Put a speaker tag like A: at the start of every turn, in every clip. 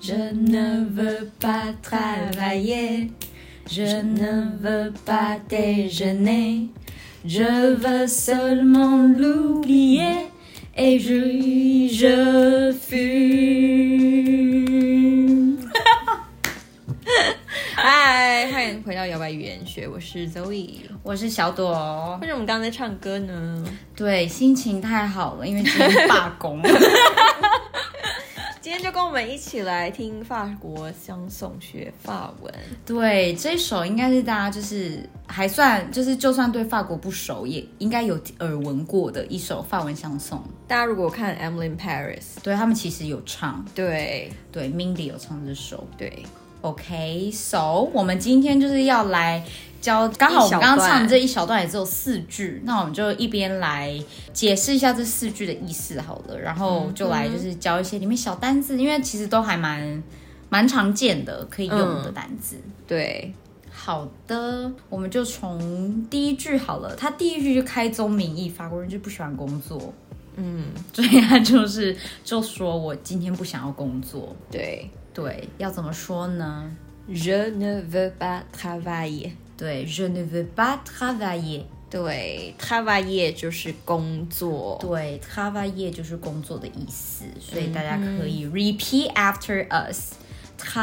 A: Je ne veux pas travailler. Je ne veux pas déjeuner. Je veux seulement l'oublier. Et je, je fume.
B: 嗨，欢迎回到摇摆语言学，我是 Zoe。
A: 我是小朵哦
B: 为。什么我们刚刚在唱歌呢？
A: 对，心情太好了，因为今天罢工。
B: 今天就跟我们一起来听法国相送学法文。
A: 对，这首应该是大家就是还算就是，就算对法国不熟，也应该有耳闻过的一首法文相送。
B: 大家如果看《Emily in Paris》，
A: 对他们其实有唱，
B: 对
A: 对，Mindy 有唱这首。
B: 对，
A: OK，so、我们今天就是要来教，刚好我们刚刚唱的这一小段也只有四句，那我们就一边来解释一下这四句的意思好了，然后就来就是教一些里面小单字，因为其实都还蛮蛮常见的可以用的单字。
B: 对，
A: 好的，我们就从第一句好了。他第一句就开宗明义，法国人就不喜欢工作，
B: 嗯，
A: 所以他就是就说我今天不想要工作。
B: 对。
A: 对，要怎么说呢？
B: Je ne veux pas travailler。
A: 对，Je ne veux pas travailler。
B: 对，travailler 就是工作。
A: 对，travailler 就是工作的意思，所以大家可以
B: 嗯
A: repeat after us。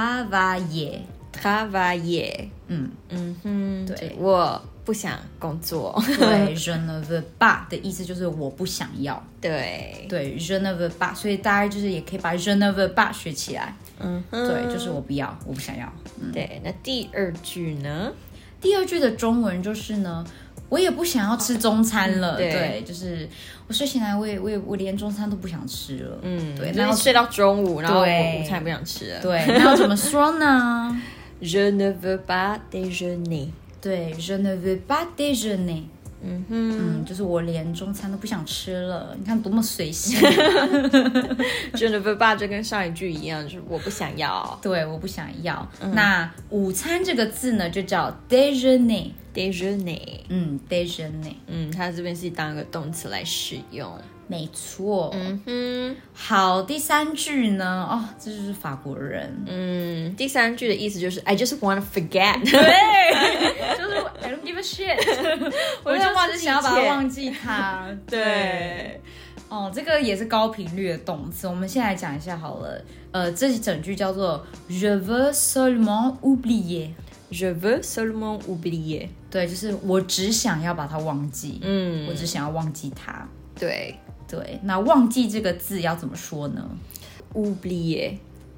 A: travailler，
B: travailler，
A: 嗯，
B: 嗯哼，
A: 对
B: 就我不想工作。
A: 对，je ne veux pas 的意思就是我不想要。
B: 对，
A: 对，je ne veux pas，所以大家就是也可以把 je ne veux pas 学起来。
B: 嗯哼，
A: 对，就是我不要，我不想要。
B: 对。那第二句呢？
A: 第二句的中文就是呢，我也不想要吃中餐了。
B: 嗯对
A: 对，就是我睡醒来，我也我也我连中餐都不想吃了。
B: 嗯，
A: 对
B: 就
A: 然后
B: 是睡到中午，然后
A: 对
B: 我午餐也不想吃了。
A: 对，那要怎么说呢？
B: Je ne veux pas déjeuner。
A: 对，je ne veux pas déjeuner。
B: 嗯哼
A: 嗯，就是我连中餐都不想吃了，你看多么随性。
B: ，Je ne veux pas 就跟上一句一样，就是我不想要
A: 对，我不想要。那午餐这个字呢，就叫 déjeuner。
B: déjeuner。
A: 嗯，déjeuner，
B: 嗯，它这边是当一个动词来使用。
A: 没错。
B: 嗯哼。
A: 好，第三句呢？哦，这就是法国人。
B: 嗯，第三句的意思就是 I just want to forget，
A: 对，就是 I don't give a shit，我就
B: 就是
A: 忘记想要把
B: 理
A: 它
B: 解
A: 忘记它。哦，这个也是高频率的动词。我们先来讲一下好了，呃，这一整句叫做 “Je veux seulement oublier”，
B: ，Je veux seulement oublier。
A: 对，就是我只想要把它忘记，我
B: 嗯，
A: 只想要忘记它。
B: 对
A: 对，那忘记这个字要怎么说呢
B: ，oublier，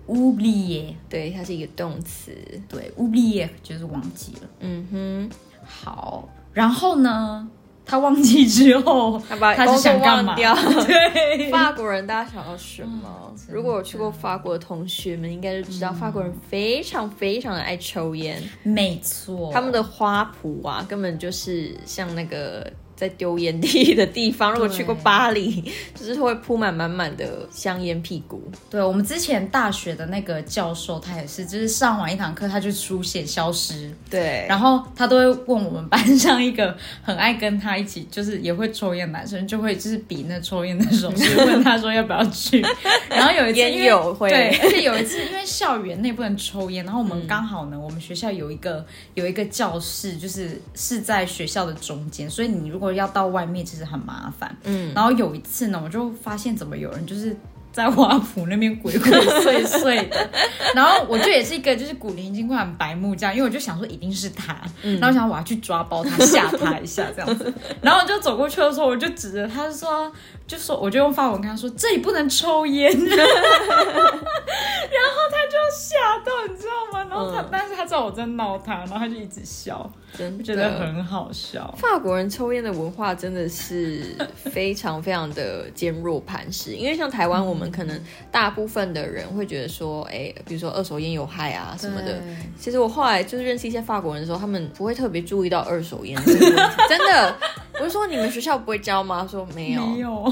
A: ？oublier，
B: 对，它是一个动词。
A: 对，oublier 就是忘记了。
B: 嗯哼，
A: 好，然后呢，他忘记之后，
B: 他把
A: 他是想干嘛？
B: 工作忘掉
A: 对，
B: 法国人大家想到什么？如果有去过法国嗯的嗯同学们，应该就知道法国人非常非常的爱抽烟，
A: 没错，
B: 他们的花圃啊，根本就是像那个。在丢烟蒂的地方，如果去过巴黎，就是会铺满满满的香烟屁股。
A: 对我们之前大学的那个教授，他也是，就是上完一堂课他就出现消失，
B: 对，
A: 然后他都会问我们班 上一个很爱跟他一起，就是也会抽烟的男生，就会就是比那抽烟的手势，问他说要不要去。 然后有一次，
B: 烟
A: 因为
B: 友会
A: 对，而且有一次因为校园内不能 抽烟，然后我们刚好呢，我们学校有一个有一个教室，就是是在学校的中间，所以你如果要到外面，其实很麻烦。嗯，然后有一次呢，我就发现怎么有人就是。在花圃那边鬼鬼祟祟 的，然后我就也是一个就是古灵精怪、很白目这样，因为我就想说一定是他，
B: 嗯
A: 然后想我要去抓包他吓他一下这样子，然后我就走过去的时候，我就指着他就说，就说我就用法文跟他说这里不能抽烟， 然后他就吓到你知道吗？然后他、
B: 嗯
A: 但是他知道我在闹他，然后他就一直笑，
B: 真
A: 我
B: 的
A: 觉得很好笑。
B: 法国人抽烟的文化真的是非常非常的坚若磐石，因为像台湾，我们可能大部分的人会觉得说，哎、比如说二手烟有害啊什么的。其实我后来就是认识一些法国人的时候，他们不会特别注意到二手 烟这个问题，真的。我就说你们学校不会教吗？他说没有，
A: 没有，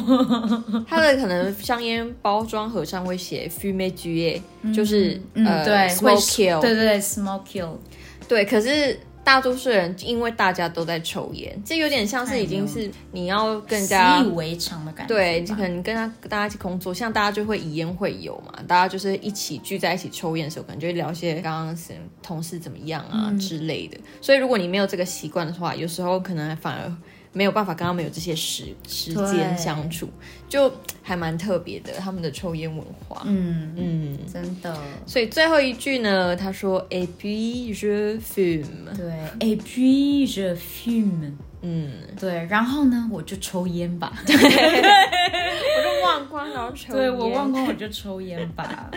B: 他的可能香烟包装盒上会写 “fume g 就是、
A: 嗯，
B: 呃
A: 对，会
B: smoke kill，
A: 对对对，smoke kill，
B: 对，可是大多数人因为大家都在抽烟，这有点像是已经是你要更加
A: 习以为常的感觉吧。
B: 对，就可能跟他大家一起工作，像大家就会以烟会友嘛，大家就是一起聚在一起抽烟的时候，可能就会聊一些刚刚是同事怎么样啊、
A: 嗯
B: 之类的。所以如果你没有这个习惯的话，有时候可能反而没有办法跟他们有这些时时间
A: 对
B: 相处，就还蛮特别的他们的抽烟文化。
A: 嗯，
B: 嗯，
A: 真的。
B: 所以最后一句呢，他说 “et puis je fume”，
A: 对，et 哎 puis je fume。
B: 嗯，
A: 对，然后呢，我就抽烟吧。
B: 我就忘光然后抽
A: 对我
B: 烟
A: 忘光，我就抽烟吧。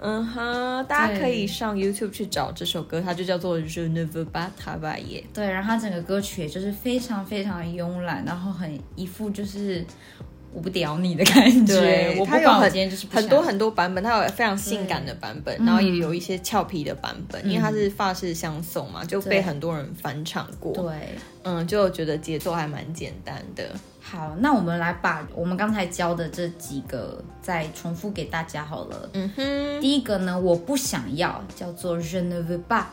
B: 嗯哼，大家
A: 对
B: 可以上 YouTube 去找这首歌，它就叫做《Je ne veux pas travailler》。
A: 对，然后他整个歌曲也就是非常非常的慵懒，然后很一副就是我不屌你的感觉，
B: 对
A: 我不
B: 它有
A: 管我
B: 很
A: 今天就是不
B: 很多
A: 想嗯
B: 很多版本，它有非常性感的版本，然后也有一些俏皮的版本，因为它是法式相送嘛，就被
A: 对
B: 很多人翻唱过。
A: 对。
B: 嗯，就觉得节奏还蛮简单的。
A: 好，那我们来把我们刚才教的这几个再重复给大家好了。
B: 嗯哼
A: 第一个呢，我不想要，叫做 je ne veux pas，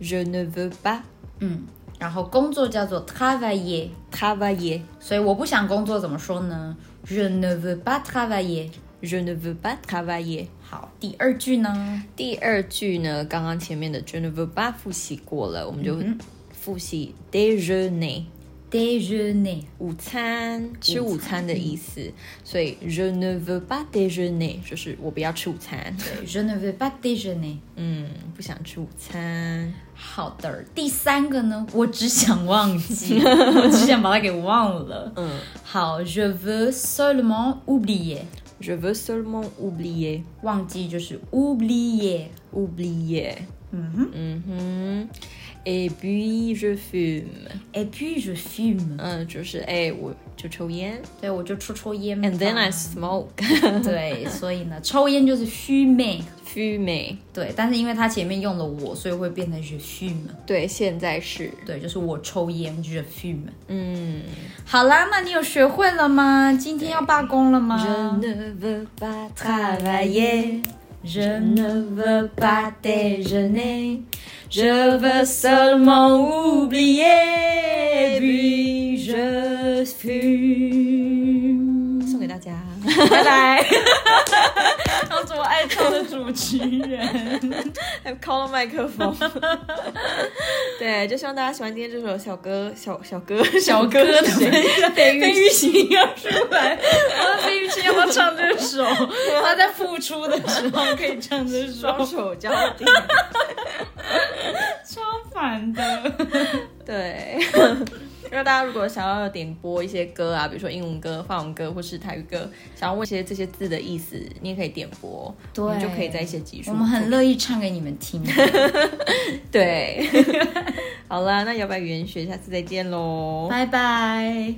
B: ，Je ne veux pas
A: 嗯，然后工作叫做 travailler，
B: travailler。
A: 所以我不想工作怎么说呢？je ne veux pas travailler。
B: Je ne veux pas travailler。
A: 好，第二句呢？
B: 第二句呢，刚刚前面的 Je ne veux pas 复习过了，我们就
A: 嗯
B: 复习 déjeuner。
A: déjeuner，
B: 午餐，吃午餐的意思。所以 je ne veux pas déjeuner 就是我不要吃午餐，
A: 对，je ne veux pas déjeuner。
B: 嗯，不想吃午餐。
A: 好的，第三个呢，我只想 忘记，我只想把它给忘了。
B: 嗯
A: 好，je veux seulement oublier，
B: ，je veux seulement oublier
A: 忘记就是 oublier。
B: oublier。嗯哼，嗯哼。Et puis je fume，
A: Et puis je fume，
B: 嗯，就是哎、我就抽烟。
A: 对我就抽抽烟嘛。
B: And then I smoke，
A: 对，所以呢，抽烟就是 fume，
B: fume。
A: 对，但是因为它前面用了我，所以会变成 je fume，
B: 对，现在是，
A: 对，就是我抽烟 je fume。
B: 嗯
A: 好啦，那你有学会了吗？今天要罢工了吗
B: ，je ne veux pas travailler。
A: Je ne veux pas déjeuner, je veux seulement oublier, puis je fume。
B: 送给大家。
A: 拜拜。要做爱唱的主持人。
B: 还靠到麦克风。 对，就希望大家喜欢今天这首小歌，小小歌，
A: 小歌的
B: 是谁
A: 费玉清要出来，我费玉清要不要唱这首？他在付出的时候可以唱这
B: 双
A: 首，
B: 手交叠。
A: 超烦的。
B: 对。 如果大家如果想要点播一些歌啊，比如说英文歌、法文歌或是台语歌，想要问一些这些字的意思，你也可以点播，
A: 对
B: 我们就可以在一些集数。
A: 我们很乐意唱给你们听。
B: 对。好啦，那摇摆语言学下次再见喽，
A: 拜拜。